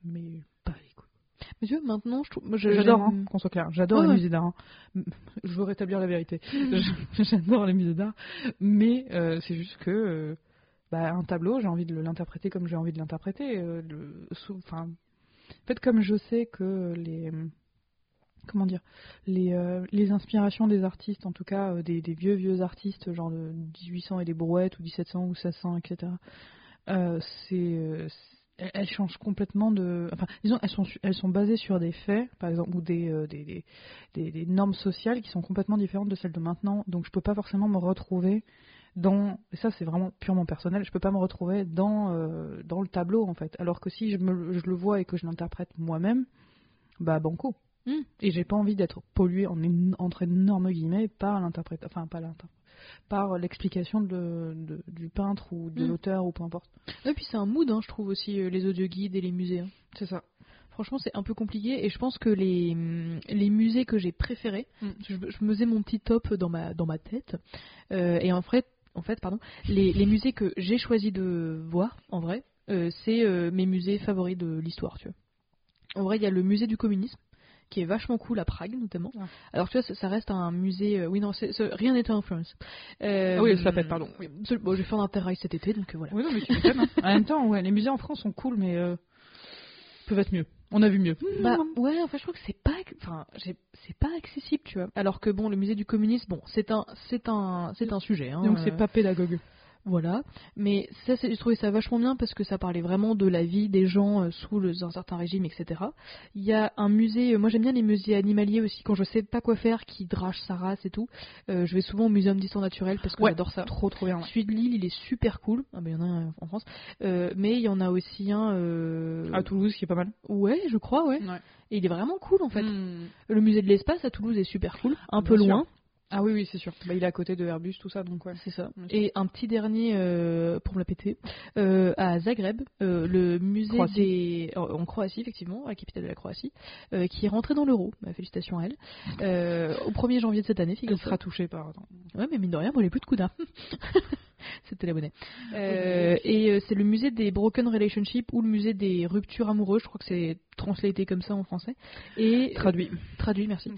[SPEAKER 2] mais pas les couilles.
[SPEAKER 1] Mais tu vois, maintenant, je trouve. moi, je-
[SPEAKER 2] J'adore, hein,
[SPEAKER 1] j'aime-
[SPEAKER 2] qu'on soit clair, j'adore
[SPEAKER 1] Ouais,
[SPEAKER 2] les
[SPEAKER 1] ouais.
[SPEAKER 2] musées d'art. hein. Je veux rétablir la vérité. Je- j'adore les musées d'art, mais euh, c'est juste que euh, bah, un tableau, j'ai envie de l'interpréter comme j'ai envie de l'interpréter. euh, le- sous- Enfin, en fait, comme je sais que les comment dire les, euh, les inspirations des artistes, en tout cas euh, des, des vieux vieux artistes, genre de 1800 et des brouettes ou 1700 ou 1600, etc. euh, c'est euh, c'est- elles- elles changent complètement de. Enfin, disons, elles sont, su- elles sont basées sur des faits, par exemple, ou des, euh, des, des, des- des normes sociales qui sont complètement différentes de celles de maintenant. Donc, je peux pas forcément me retrouver dans. Et ça, c'est vraiment purement personnel. Je peux pas me retrouver dans, euh, dans le tableau, en fait. Alors que si je, me, le- je le vois et que je l'interprète moi-même, bah, banco.
[SPEAKER 1] Mm.
[SPEAKER 2] Et j'ai pas envie d'être pollué en, éno- entre énormes guillemets par l'interprète, enfin pas l'interprète, par l'explication de, de- du peintre ou de
[SPEAKER 1] Mm.
[SPEAKER 2] l'auteur ou peu importe.
[SPEAKER 1] Et puis, c'est un mood, hein, je trouve aussi, euh, les audio guides et les musées. hein.
[SPEAKER 2] C'est ça.
[SPEAKER 1] Franchement, c'est un peu compliqué et je pense que les, hum, les musées que j'ai préférés,
[SPEAKER 2] Mm.
[SPEAKER 1] je, je me faisais mon petit top dans ma, dans ma tête. euh, et en fait, en fait pardon, les, les musées que j'ai choisi de voir, en vrai, euh, c'est euh, mes musées favoris de l'histoire. tu vois. En vrai, il y a le musée du communisme qui est vachement cool à Prague notamment.
[SPEAKER 2] Ah.
[SPEAKER 1] Alors tu vois, ça, ça reste un musée. euh, oui, non, c'est- c'est- rien n'est à influence. Euh,
[SPEAKER 2] Ah oui, je l'appelle, pardon.
[SPEAKER 1] oui, absolument. Bon, je vais faire un interrail cet été, donc euh, voilà.
[SPEAKER 2] Oui, non, mais tu m'étonnes, hein. en même temps, ouais, les musées en France sont cool, mais euh, peuvent être mieux. On a vu mieux.
[SPEAKER 1] Bah ouais, enfin je trouve que c'est pas, enfin j'ai- c'est pas accessible, tu vois. Alors que bon, le musée du communisme, bon, c'est un, c'est un, c'est un sujet. Hein,
[SPEAKER 2] Donc c'est
[SPEAKER 1] euh,
[SPEAKER 2] pas pédagogue.
[SPEAKER 1] voilà. Mais ça, c'est- j'ai trouvé ça vachement bien parce que ça parlait vraiment de la vie des gens euh, sous le- un certain régime, etc. Il y a un musée, euh, moi j'aime bien les musées animaliers aussi quand je sais pas quoi faire, qui drache sa race et tout. euh, je vais souvent au muséum d'histoire naturelle parce que
[SPEAKER 2] Ouais.
[SPEAKER 1] j'adore ça.
[SPEAKER 2] Trop trop bien.
[SPEAKER 1] Celui de Lille, il est super cool. Ah ben, il y en a un en France, Euh, mais il y en a aussi un. euh,
[SPEAKER 2] À Toulouse, qui est pas mal.
[SPEAKER 1] Ouais, je crois, ouais. Et il est vraiment cool en fait.
[SPEAKER 2] Mm.
[SPEAKER 1] Le musée de l'espace à Toulouse est super cool, un
[SPEAKER 2] Bien
[SPEAKER 1] peu
[SPEAKER 2] sûr.
[SPEAKER 1] loin,
[SPEAKER 2] Ah oui, oui, c'est sûr. Bah, il est à côté de Airbus, tout ça, donc ouais.
[SPEAKER 1] c'est ça.
[SPEAKER 2] Bien sûr.
[SPEAKER 1] Et un petit dernier euh, pour me la péter euh, à Zagreb, euh, le musée
[SPEAKER 2] Croatie.
[SPEAKER 1] des en en Croatie effectivement, la capitale de la Croatie, euh, qui est rentrée dans l'euro. Bah, félicitations à elle. Euh, au 1er janvier de cette année,
[SPEAKER 2] Il
[SPEAKER 1] figure
[SPEAKER 2] sera touché par. attends.
[SPEAKER 1] Ouais, mais mine de rien, moi j'ai plus de couda. C'était l'abonné. Euh, et euh, c'est le musée des broken relationships ou le musée des ruptures amoureuses, je crois que c'est translaté comme ça en français. Et
[SPEAKER 2] Traduit.
[SPEAKER 1] traduit, merci.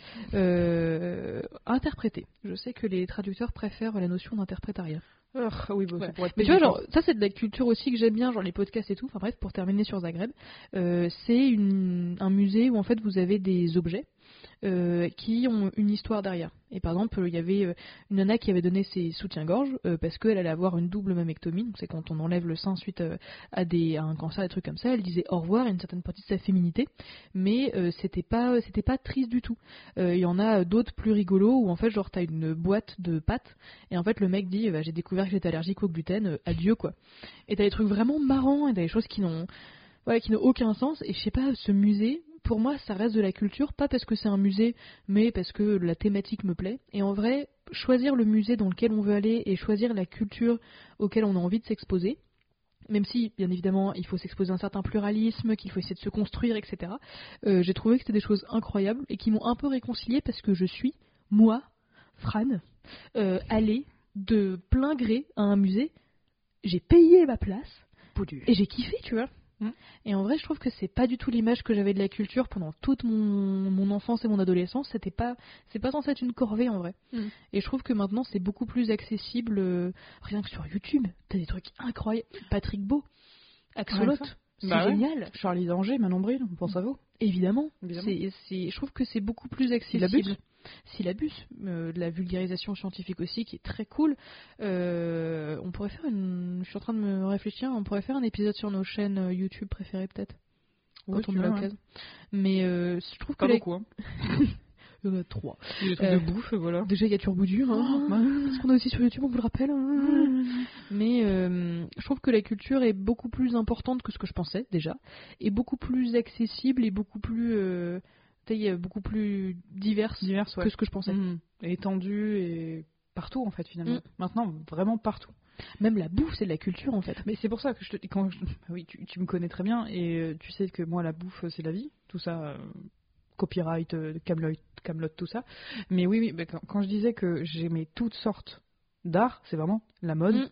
[SPEAKER 1] Euh, interprété. Je sais que les traducteurs préfèrent la notion d'interprétariat.
[SPEAKER 2] Ah, oui, bah,
[SPEAKER 1] Ouais.
[SPEAKER 2] ça pourrait être
[SPEAKER 1] Mais tu vois,
[SPEAKER 2] pédagogue.
[SPEAKER 1] genre, ça c'est de la culture aussi que j'aime bien, genre les podcasts et tout. Enfin bref, pour terminer sur Zagreb, euh, c'est une- un musée où en fait vous avez des objets euh, qui ont une histoire derrière. Et par exemple, il y avait euh, une nana qui avait donné ses soutiens-gorge euh, parce qu'elle allait avoir une double mammectomie, donc c'est quand on enlève le sein suite euh, à, des, à un cancer, des trucs comme ça. Elle disait au revoir à une certaine partie de sa féminité, mais euh, c'était pas c'était pas triste du tout. Euh, Il y en a d'autres plus rigolos où en fait genre t'as une boîte de pâtes et en fait, le mec dit, eh ben, j'ai découvert que j'étais allergique au gluten, euh, adieu quoi. Et t'as des trucs vraiment marrants, et t'as des choses qui n'ont, voilà, qui n'ont aucun sens. Et je sais pas, ce musée, pour moi, ça reste de la culture, pas parce que c'est un musée, mais parce que la thématique me plaît. Et en vrai, choisir le musée dans lequel on veut aller et choisir la culture auquel on a envie de s'exposer. Même si, bien évidemment, il faut s'exposer à un certain pluralisme, qu'il faut essayer de se construire, etc. euh, J'ai trouvé que c'était des choses incroyables et qui m'ont un peu réconciliée parce que je suis, moi, Fran, euh, aller de plein gré à un musée. J'ai payé ma place
[SPEAKER 2] Boudu.
[SPEAKER 1] et j'ai kiffé, tu vois.
[SPEAKER 2] Mm.
[SPEAKER 1] Et en vrai, je trouve que c'est pas du tout l'image que j'avais de la culture pendant toute mon, mon enfance et mon adolescence. C'était pas, c'est pas censé être une corvée en vrai.
[SPEAKER 2] Mm.
[SPEAKER 1] Et je trouve que maintenant c'est beaucoup plus accessible. euh, rien que sur YouTube, t'as des trucs incroyables. Patrick Beau, Axolot,
[SPEAKER 2] Rien que ça.
[SPEAKER 1] c'est
[SPEAKER 2] Bah ouais.
[SPEAKER 1] génial,
[SPEAKER 2] Charlie Danger, Manon Bril, on pense à vous.
[SPEAKER 1] évidemment.
[SPEAKER 2] Évidemment.
[SPEAKER 1] C'est, c'est- je trouve que c'est beaucoup plus
[SPEAKER 2] Il
[SPEAKER 1] accessible.
[SPEAKER 2] abuse.
[SPEAKER 1] S'il abuse, euh, de la vulgarisation scientifique aussi, qui est très cool. Euh, on pourrait faire une. Je suis en train de me réfléchir. On pourrait faire un épisode sur nos chaînes euh, YouTube préférées peut-être
[SPEAKER 2] Oui,
[SPEAKER 1] quand
[SPEAKER 2] si
[SPEAKER 1] on a
[SPEAKER 2] tu veux,
[SPEAKER 1] l'occasion. Mais euh, je trouve que
[SPEAKER 2] Pas
[SPEAKER 1] la-
[SPEAKER 2] beaucoup. hein.
[SPEAKER 1] Il y en a trois.
[SPEAKER 2] Des trucs
[SPEAKER 1] Euh,
[SPEAKER 2] de bouffe, voilà.
[SPEAKER 1] Déjà, il y a Turboudure,
[SPEAKER 2] Ah.
[SPEAKER 1] hein, parce qu'on a aussi sur YouTube, on vous le rappelle. hein.
[SPEAKER 2] Hmm.
[SPEAKER 1] Mais euh, je trouve que la culture est beaucoup plus importante que ce que je pensais déjà, et beaucoup plus accessible et beaucoup plus, euh, tu sais, beaucoup plus diverse
[SPEAKER 2] Divers, ouais.
[SPEAKER 1] que ce que je pensais.
[SPEAKER 2] Mhm. Et étendu et partout en fait finalement.
[SPEAKER 1] Mm.
[SPEAKER 2] Maintenant vraiment partout.
[SPEAKER 1] Même la bouffe, c'est de la culture en fait.
[SPEAKER 2] Mais c'est pour ça que je te quand je- oui tu, tu me connais très bien et euh, tu sais que moi la bouffe euh, c'est la vie tout ça euh, copyright Camelot Camelot tout ça. Mais oui oui mais quand, quand je disais que j'aimais toutes sortes d'art c'est vraiment la mode
[SPEAKER 1] Mm.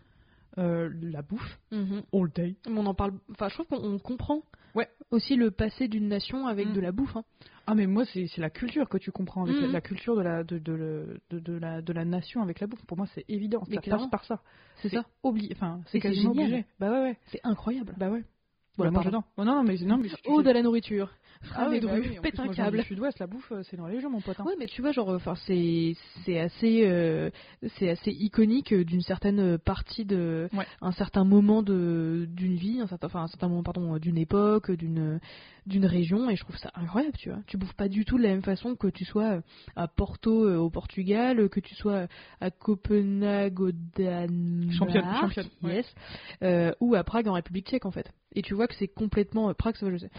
[SPEAKER 2] euh, la bouffe all day.
[SPEAKER 1] Mm-hmm. Mais On en parle. Enfin, je trouve qu'on on comprend
[SPEAKER 2] Ouais.
[SPEAKER 1] aussi le passé d'une nation avec
[SPEAKER 2] Mm.
[SPEAKER 1] de la bouffe. hein.
[SPEAKER 2] Ah mais moi c'est c'est la culture que tu comprends avec la,
[SPEAKER 1] Mhm.
[SPEAKER 2] la culture de la de, de, le- de- de la de la nation avec la bouffe pour moi c'est évident
[SPEAKER 1] Mais
[SPEAKER 2] ça
[SPEAKER 1] clairement.
[SPEAKER 2] passe par ça.
[SPEAKER 1] C'est ça.
[SPEAKER 2] obligé enfin c'est
[SPEAKER 1] Et c'est
[SPEAKER 2] quasiment
[SPEAKER 1] génial.
[SPEAKER 2] obligé. Bah ouais ouais.
[SPEAKER 1] C'est incroyable.
[SPEAKER 2] Bah ouais.
[SPEAKER 1] Voilà, pardon.
[SPEAKER 2] Bah, moi, j'adore. Oh, non, non, mais non, mais si tu-
[SPEAKER 1] Ode à la nourriture.
[SPEAKER 2] ah
[SPEAKER 1] les
[SPEAKER 2] oui, bah
[SPEAKER 1] drues,
[SPEAKER 2] oui, en plus,
[SPEAKER 1] pète un
[SPEAKER 2] moi, je viens du
[SPEAKER 1] câble.
[SPEAKER 2] Sud-Ouest, la bouffe, euh, c'est dans les jambes, mon pote. hein.
[SPEAKER 1] Ouais, mais tu vois, genre, enfin, c'est c'est assez euh, c'est assez iconique euh, d'une certaine partie de
[SPEAKER 2] Ouais.
[SPEAKER 1] un certain moment de d'une vie, un certain enfin un certain moment pardon euh, d'une époque, euh, d'une d'une région, et je trouve ça incroyable, tu vois. Tu bouffes pas du tout de la même façon que tu sois euh, à Porto euh, au Portugal, euh, que tu sois à Copenhague au Danemark,
[SPEAKER 2] Championne, championne, ouais.
[SPEAKER 1] yes, euh, ou à Prague en République Tchèque en fait. Et tu vois que c'est complètement euh, Prague, ça je sais.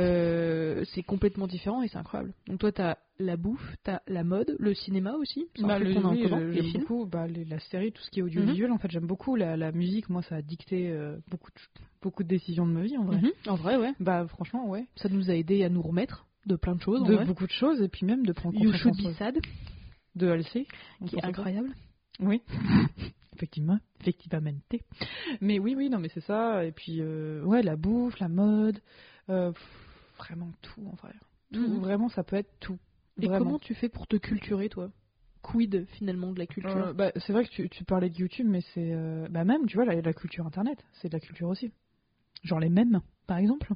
[SPEAKER 1] Euh, c'est complètement différent et c'est incroyable. Donc toi, t'as la bouffe, t'as la mode, le cinéma aussi. C'est un
[SPEAKER 2] Bah,
[SPEAKER 1] truc
[SPEAKER 2] le-
[SPEAKER 1] qu'on a en
[SPEAKER 2] oui,
[SPEAKER 1] commun,
[SPEAKER 2] je-
[SPEAKER 1] les
[SPEAKER 2] j'aime
[SPEAKER 1] films.
[SPEAKER 2] beaucoup bah, les- la série, tout ce qui est audiovisuel. En fait, j'aime beaucoup la, la musique. Moi, ça a dicté euh, beaucoup, de, beaucoup de décisions de ma vie, en vrai.
[SPEAKER 1] Mhm. En vrai, ouais.
[SPEAKER 2] Bah, franchement, ouais.
[SPEAKER 1] Ça nous a aidé à nous remettre de plein de choses. Oh, en
[SPEAKER 2] De
[SPEAKER 1] vrai.
[SPEAKER 2] beaucoup de choses, et puis même de prendre
[SPEAKER 1] You Should
[SPEAKER 2] conscience
[SPEAKER 1] Be
[SPEAKER 2] euh,
[SPEAKER 1] Sad,
[SPEAKER 2] de Halsey. on
[SPEAKER 1] qui
[SPEAKER 2] pense
[SPEAKER 1] est
[SPEAKER 2] à ça.
[SPEAKER 1] incroyable.
[SPEAKER 2] Oui, effectivement, effectivement. Mais oui, oui, non, mais c'est ça. Et puis, euh, ouais, la bouffe, la mode, euh, pff, vraiment tout, en vrai. Tout,
[SPEAKER 1] Mhm.
[SPEAKER 2] Vraiment, ça peut être tout.
[SPEAKER 1] Et
[SPEAKER 2] Vraiment.
[SPEAKER 1] comment tu fais pour te culturer, toi Quid finalement de la culture
[SPEAKER 2] Euh, bah, c'est vrai que tu, tu parlais de YouTube, mais c'est euh, bah même, tu vois, la, la culture internet, c'est de la culture aussi. Genre les mèmes, par exemple.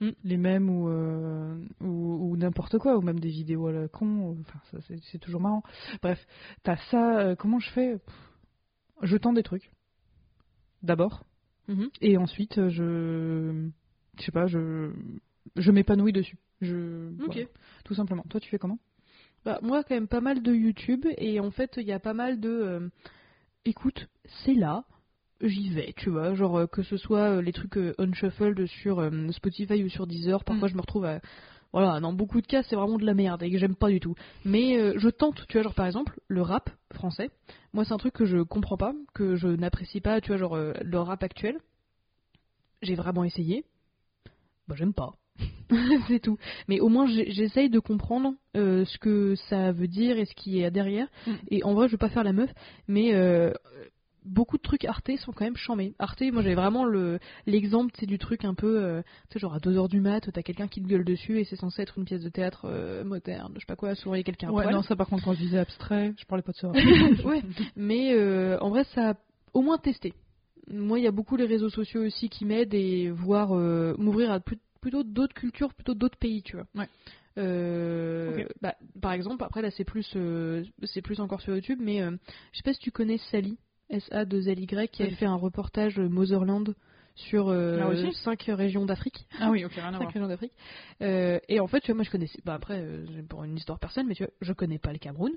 [SPEAKER 1] Mm.
[SPEAKER 2] Les mèmes ou, euh, ou, ou n'importe quoi, ou même des vidéos à la con, ou- enfin, ça, c'est, c'est toujours marrant. Bref, t'as ça, euh, comment je fais Pff, Je tends des trucs. D'abord.
[SPEAKER 1] Mhm.
[SPEAKER 2] Et ensuite, euh, je. Je sais pas, je. Je m'épanouis dessus. Je.
[SPEAKER 1] Ok.
[SPEAKER 2] voilà, tout simplement. Toi, tu fais comment
[SPEAKER 1] Bah, moi, quand même, pas mal de YouTube. Et en fait, il y a pas mal de. euh, écoute, c'est là. J'y vais, tu vois. Genre, euh, que ce soit euh, les trucs euh, unshuffled sur euh, Spotify ou sur Deezer. Parfois,
[SPEAKER 2] Mm.
[SPEAKER 1] je me retrouve à. Voilà, dans beaucoup de cas, c'est vraiment de la merde et que j'aime pas du tout. Mais euh, je tente, tu vois, genre par exemple, le rap français. Moi, c'est un truc que je comprends pas, que je n'apprécie pas, tu vois, genre euh, le rap actuel. J'ai vraiment essayé. Bah, j'aime pas. c'est tout. Mais au moins, j'ai- j'essaye de comprendre euh, ce que ça veut dire et ce qui est derrière.
[SPEAKER 2] Mm.
[SPEAKER 1] Et en vrai, je veux pas faire la meuf, mais euh, beaucoup de trucs Arte sont quand même chamés. Arte, moi, j'avais vraiment le l'exemple, c'est du truc un peu, euh, tu sais, genre à 2 heures du mat, t'as quelqu'un qui te gueule dessus et c'est censé être une pièce de théâtre euh, moderne, je sais pas quoi, souriez quelqu'un. à
[SPEAKER 2] Ouais,
[SPEAKER 1] poil.
[SPEAKER 2] non, ça par contre, quand je disais abstrait, je parlais pas de ça.
[SPEAKER 1] Ouais, mais euh, en vrai, ça a au moins testé. Moi, il y a beaucoup les réseaux sociaux aussi qui m'aident et voir euh, m'ouvrir à plut- plutôt d'autres cultures, plutôt d'autres pays, tu vois.
[SPEAKER 2] Ouais.
[SPEAKER 1] Euh,
[SPEAKER 2] Ok.
[SPEAKER 1] bah, par exemple, après là, c'est plus, euh, c'est plus encore sur YouTube, mais euh, je sais pas si tu connais Sally, S-A-2-L-Y, qui a
[SPEAKER 2] Pas du
[SPEAKER 1] fait un reportage euh, Motherland sur
[SPEAKER 2] Ah, aussi
[SPEAKER 1] 5 régions d'Afrique.
[SPEAKER 2] Ah oui, ok, rien à
[SPEAKER 1] Cinq régions d'Afrique. Euh, et en fait, tu vois, moi je connaissais. Bah après, euh, c'est pour une histoire personnelle, mais tu vois, je connais pas le Cameroun.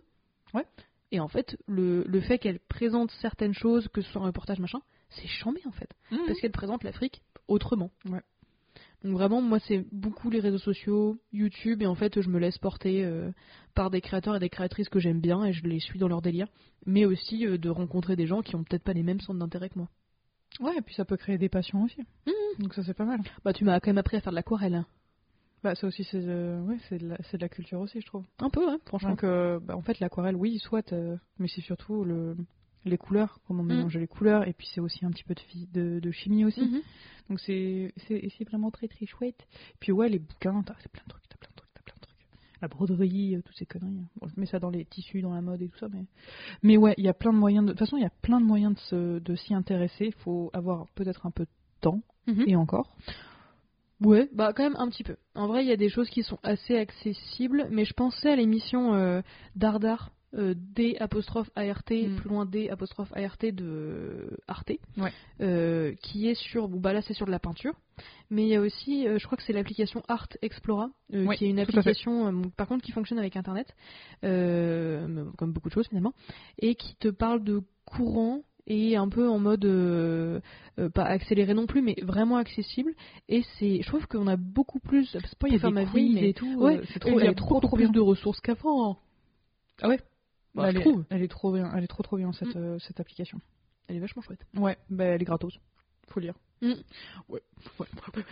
[SPEAKER 2] Ouais.
[SPEAKER 1] Et en fait, le, le fait qu'elle présente certaines choses, que ce soit un reportage, machin, c'est chambé en fait.
[SPEAKER 2] Mm,
[SPEAKER 1] Parce qu'elle présente l'Afrique autrement.
[SPEAKER 2] Mmh. Ouais.
[SPEAKER 1] Donc vraiment, moi c'est beaucoup les réseaux sociaux, YouTube, et en fait, je me laisse porter euh, par des créateurs et des créatrices que j'aime bien et je les suis dans leur délire. Mais aussi euh, de rencontrer des gens qui ont peut-être pas les mêmes centres d'intérêt que moi.
[SPEAKER 2] Ouais, et puis ça peut créer des passions aussi.
[SPEAKER 1] Mhm.
[SPEAKER 2] Donc ça, c'est pas mal.
[SPEAKER 1] Bah, tu m'as quand même appris à faire de l'aquarelle. hein.
[SPEAKER 2] Bah, ça aussi, c'est euh, ouais, c'est de, la- c'est de la culture aussi, je trouve.
[SPEAKER 1] Un peu, hein, franchement.
[SPEAKER 2] Donc, euh, bah, en fait, l'aquarelle, oui, soit, euh, mais c'est surtout le, les couleurs, comment mélanger les couleurs, et puis c'est aussi un petit peu de, phy- de, de chimie aussi.
[SPEAKER 1] Mhm.
[SPEAKER 2] Donc, c'est c'est et c'est vraiment très, très chouette. Puis, ouais, les bouquins, t'as c'est plein de trucs, t'as plein de trucs, t'as plein de trucs. La broderie, euh, toutes ces conneries. Bon, je mets ça dans les tissus, dans la mode et tout ça, mais. Mais ouais, il y a plein de moyens. De... de toute façon, il y a plein de moyens de se- de s'y intéresser. Il faut avoir peut-être un peu de temps
[SPEAKER 1] Mhm.
[SPEAKER 2] et encore.
[SPEAKER 1] Ouais, bah quand même un petit peu. En vrai, il y a des choses qui sont assez accessibles, mais je pensais à l'émission euh, Dardar euh, D apostrophe ART,
[SPEAKER 2] Mm.
[SPEAKER 1] plus loin D apostrophe ART de Arte,
[SPEAKER 2] Ouais.
[SPEAKER 1] euh, qui est sur, bon bah là c'est sur de la peinture, mais il y a aussi, euh, je crois que c'est l'application Art Explora, euh,
[SPEAKER 2] Oui,
[SPEAKER 1] qui est une
[SPEAKER 2] tout à fait.
[SPEAKER 1] application, euh, par contre qui fonctionne avec Internet, euh, comme beaucoup de choses finalement, et qui te parle de courant et un peu en mode euh, euh, pas accéléré non plus mais vraiment accessible et c'est je trouve qu'on a beaucoup plus parce que moi, il y a
[SPEAKER 2] Pour
[SPEAKER 1] faire ma
[SPEAKER 2] des
[SPEAKER 1] vie
[SPEAKER 2] quiz
[SPEAKER 1] mais
[SPEAKER 2] et tout.
[SPEAKER 1] Ouais,
[SPEAKER 2] euh, c'est
[SPEAKER 1] il
[SPEAKER 2] trop,
[SPEAKER 1] y
[SPEAKER 2] elle
[SPEAKER 1] a
[SPEAKER 2] est trop, trop
[SPEAKER 1] plus
[SPEAKER 2] bien.
[SPEAKER 1] de ressources qu'avant hein.
[SPEAKER 2] Ah ouais
[SPEAKER 1] Bah,
[SPEAKER 2] elle
[SPEAKER 1] je
[SPEAKER 2] est-
[SPEAKER 1] trouve.
[SPEAKER 2] Elle est trop bien, elle est trop trop bien cette, euh, cette application.
[SPEAKER 1] elle est vachement chouette
[SPEAKER 2] Ouais, bah, elle est gratos. Faut lire.
[SPEAKER 1] Mm.
[SPEAKER 2] Ouais. ouais.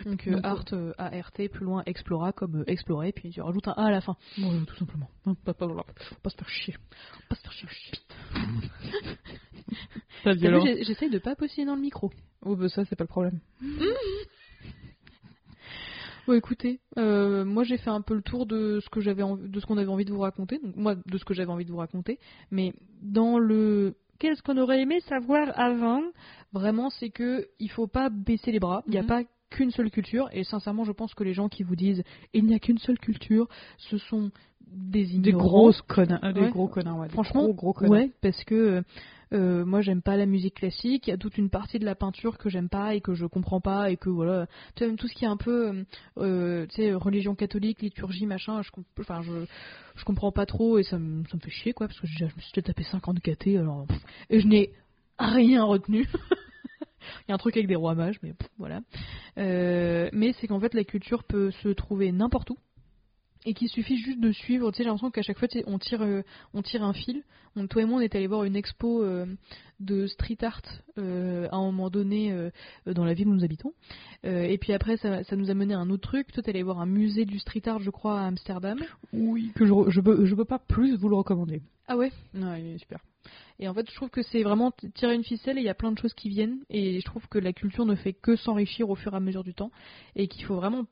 [SPEAKER 1] donc
[SPEAKER 2] Donc,
[SPEAKER 1] art euh, ART plus loin explora comme euh, explorer puis tu rajoutes un A à la fin
[SPEAKER 2] Ouais, tout simplement. Hein, Pas, pas, pas, pas se faire chier.
[SPEAKER 1] pas se faire chier
[SPEAKER 2] T'as
[SPEAKER 1] T'as vu, j'ai- j'essaye de pas poster dans le micro
[SPEAKER 2] Oh, bah ça, c'est pas le problème.
[SPEAKER 1] Bon, écoutez, euh, moi j'ai fait un peu le tour de ce que j'avais envi- de ce qu'on avait envie de vous raconter, donc moi de ce que j'avais envie de vous raconter, mais dans le qu'est-ce qu'on aurait aimé savoir avant, vraiment c'est que il faut pas baisser les bras, il n'y a
[SPEAKER 2] Mhm.
[SPEAKER 1] pas qu'une seule culture et sincèrement je pense que les gens qui vous disent il n'y a qu'une seule culture, ce sont des ignorants.
[SPEAKER 2] Des grosses connards. Ah, Des
[SPEAKER 1] Ouais.
[SPEAKER 2] gros connards, ouais. des
[SPEAKER 1] Franchement,
[SPEAKER 2] gros, gros connards.
[SPEAKER 1] Ouais, parce que euh, moi j'aime pas la musique classique, il y a toute une partie de la peinture que j'aime pas et que je comprends pas et que voilà, tu vois, même tout ce qui est un peu euh, tu sais religion catholique, liturgie, machin, je comp- enfin je je comprends pas trop et ça me ça me fait chier quoi parce que déjà, je me suis déjà tapé 50 KT alors pff, et je n'ai rien retenu. Il y a un truc avec des rois mages mais pff, voilà. Euh, mais c'est qu'en fait la culture peut se trouver n'importe où. Et qu'il suffit juste de suivre, tu sais, j'ai l'impression qu'à chaque fois, tu sais, on tire, euh, on tire un fil, on, toi et moi, on est allé voir une expo euh, de street art euh, à un moment donné euh, dans la ville où nous habitons. Euh, et puis après, ça, ça nous a mené à un autre truc. Toi, t'es allé voir un musée du street art, je crois, à Amsterdam.
[SPEAKER 2] Oui, que je, re- je, peux, je peux pas plus vous le recommander.
[SPEAKER 1] Ah ouais
[SPEAKER 2] Non, il est super.
[SPEAKER 1] Et en fait, je trouve que c'est vraiment t- tirer une ficelle et il y a plein de choses qui viennent. Et je trouve que la culture ne fait que s'enrichir au fur et à mesure du temps. Et qu'il faut vraiment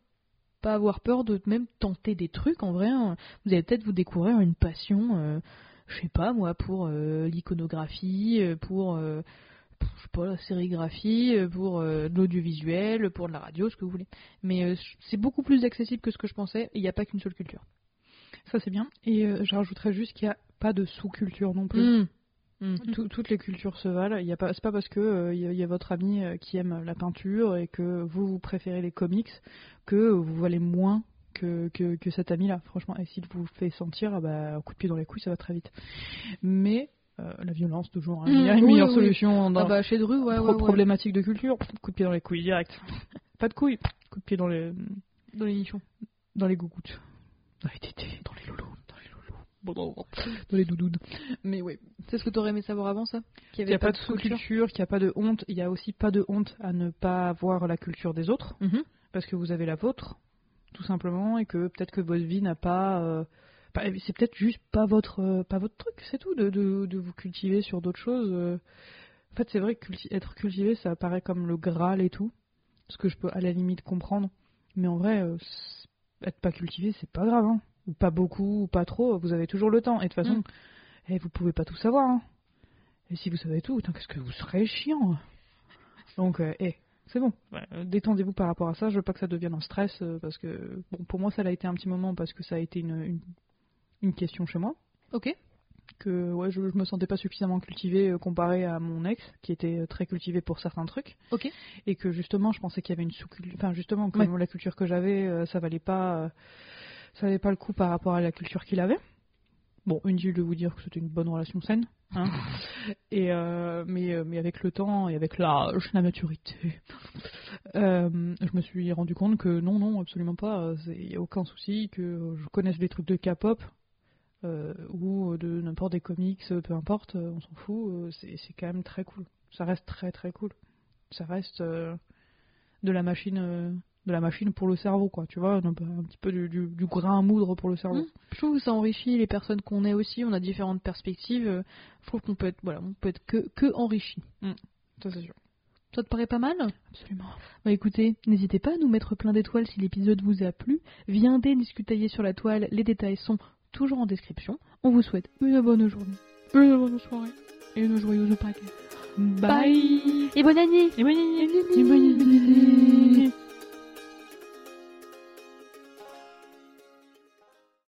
[SPEAKER 1] pas avoir peur de même tenter des trucs. En vrai, hein. vous allez peut-être vous découvrir une passion, euh, je sais pas moi, pour euh, l'iconographie, euh, pour. euh, pour, je sais pas, la sérigraphie, euh, pour euh, de l'audiovisuel, pour de la radio, ce que vous voulez. Mais euh, c'est beaucoup plus accessible que ce que je pensais, et il n'y a pas qu'une seule culture.
[SPEAKER 2] Ça, c'est bien. Et euh, je rajouterais juste qu'il n'y a pas de sous-culture non plus.
[SPEAKER 1] Mmh.
[SPEAKER 2] Tout- toutes les cultures se valent. Il y a pas, c'est pas parce que euh, il y, a- il y a votre ami euh, qui aime la peinture et que vous, vous préférez les comics que vous valez moins que, que, que cet ami-là. Franchement, et s'il vous fait sentir, ah bah, un coup de pied dans les couilles, ça va très vite. Mais euh, la violence, toujours, hein,
[SPEAKER 1] Mm,
[SPEAKER 2] il y a une
[SPEAKER 1] oui,
[SPEAKER 2] meilleure
[SPEAKER 1] oui.
[SPEAKER 2] solution dans
[SPEAKER 1] Ah bah, chez Dru, ouais,
[SPEAKER 2] pro-
[SPEAKER 1] ouais, ouais.
[SPEAKER 2] problématique de culture. Coup de pied dans les couilles direct. pas de couilles. Coup de pied dans les
[SPEAKER 1] Dans les nichons.
[SPEAKER 2] dans les gougouttes. Dans les tétés, dans les loulous, dans les loulous. Bon, bon, bon. Dans les doudoudes. Mais ouais,
[SPEAKER 1] C'est ce que t'aurais aimé savoir avant ça Qu'il
[SPEAKER 2] Il n'y a pas, de sous-culture, qu'il n'y a pas de honte. Il n'y a aussi pas de honte à ne pas avoir la culture des autres,
[SPEAKER 1] Mhm.
[SPEAKER 2] parce que vous avez la vôtre, tout simplement, et que peut-être que votre vie n'a pas. euh, bah, c'est peut-être juste pas votre, euh, pas votre truc, c'est tout, de, de- de vous cultiver sur d'autres choses. euh. En fait, c'est vrai que culti- être cultivé, ça apparaît comme le Graal et tout, ce que je peux à la limite comprendre. Mais en vrai, euh, c'est- être pas cultivé, c'est pas grave. hein. Ou pas beaucoup, ou pas trop, vous avez toujours le temps. Et de toute façon,
[SPEAKER 1] Mm.
[SPEAKER 2] eh, vous pouvez pas tout savoir. hein. Et si vous savez tout, putain, qu'est-ce que vous serez chiant. Donc, euh, eh, c'est bon. Euh, Détendez-vous par rapport à ça. Je veux pas que ça devienne un stress euh, parce que, bon, pour moi, ça l'a été un petit moment parce que ça a été une, une, une question chez moi.
[SPEAKER 1] Ok.
[SPEAKER 2] Que, ouais, je, je me sentais pas suffisamment cultivée euh, comparé à mon ex qui était euh, très cultivée pour certains trucs.
[SPEAKER 1] Ok.
[SPEAKER 2] Et que justement, je pensais qu'il y avait une sous-culture. Enfin, justement, que
[SPEAKER 1] Ouais.
[SPEAKER 2] la culture que j'avais, euh, ça valait pas, euh, ça valait pas le coup par rapport à la culture qu'il avait. Bon, inutile de vous dire que c'était une bonne relation saine. hein. et euh, mais, euh, mais avec le temps et avec l'âge, la maturité, euh, je me suis rendu compte que non, non, absolument pas. Il n'y a aucun souci que je connaisse des trucs de K-pop euh, ou de n'importe des comics, peu importe, euh, on s'en fout. euh, C'est c'est quand même très cool. Ça reste très très cool. Ça reste euh, de la machine. euh, de la machine pour le cerveau, quoi, tu vois, un, peu- un petit peu du, du, du grain à moudre pour le cerveau.
[SPEAKER 1] Mm. Je trouve que ça enrichit les personnes qu'on est aussi, on a différentes perspectives. euh, Je trouve qu'on peut être, voilà, on peut être que, que enrichi.
[SPEAKER 2] Ça, c'est sûr.
[SPEAKER 1] Ça te paraît pas mal
[SPEAKER 2] Absolument.
[SPEAKER 1] Bah écoutez, n'hésitez pas à nous mettre plein d'étoiles si l'épisode vous a plu. Viendez discutailler sur la toile, les détails sont toujours en description. On vous souhaite une bonne journée, une bonne soirée et une joyeuse Pâques.
[SPEAKER 2] Bye.
[SPEAKER 1] Et bonne année
[SPEAKER 2] Et bonne nuit.
[SPEAKER 1] Et bonne année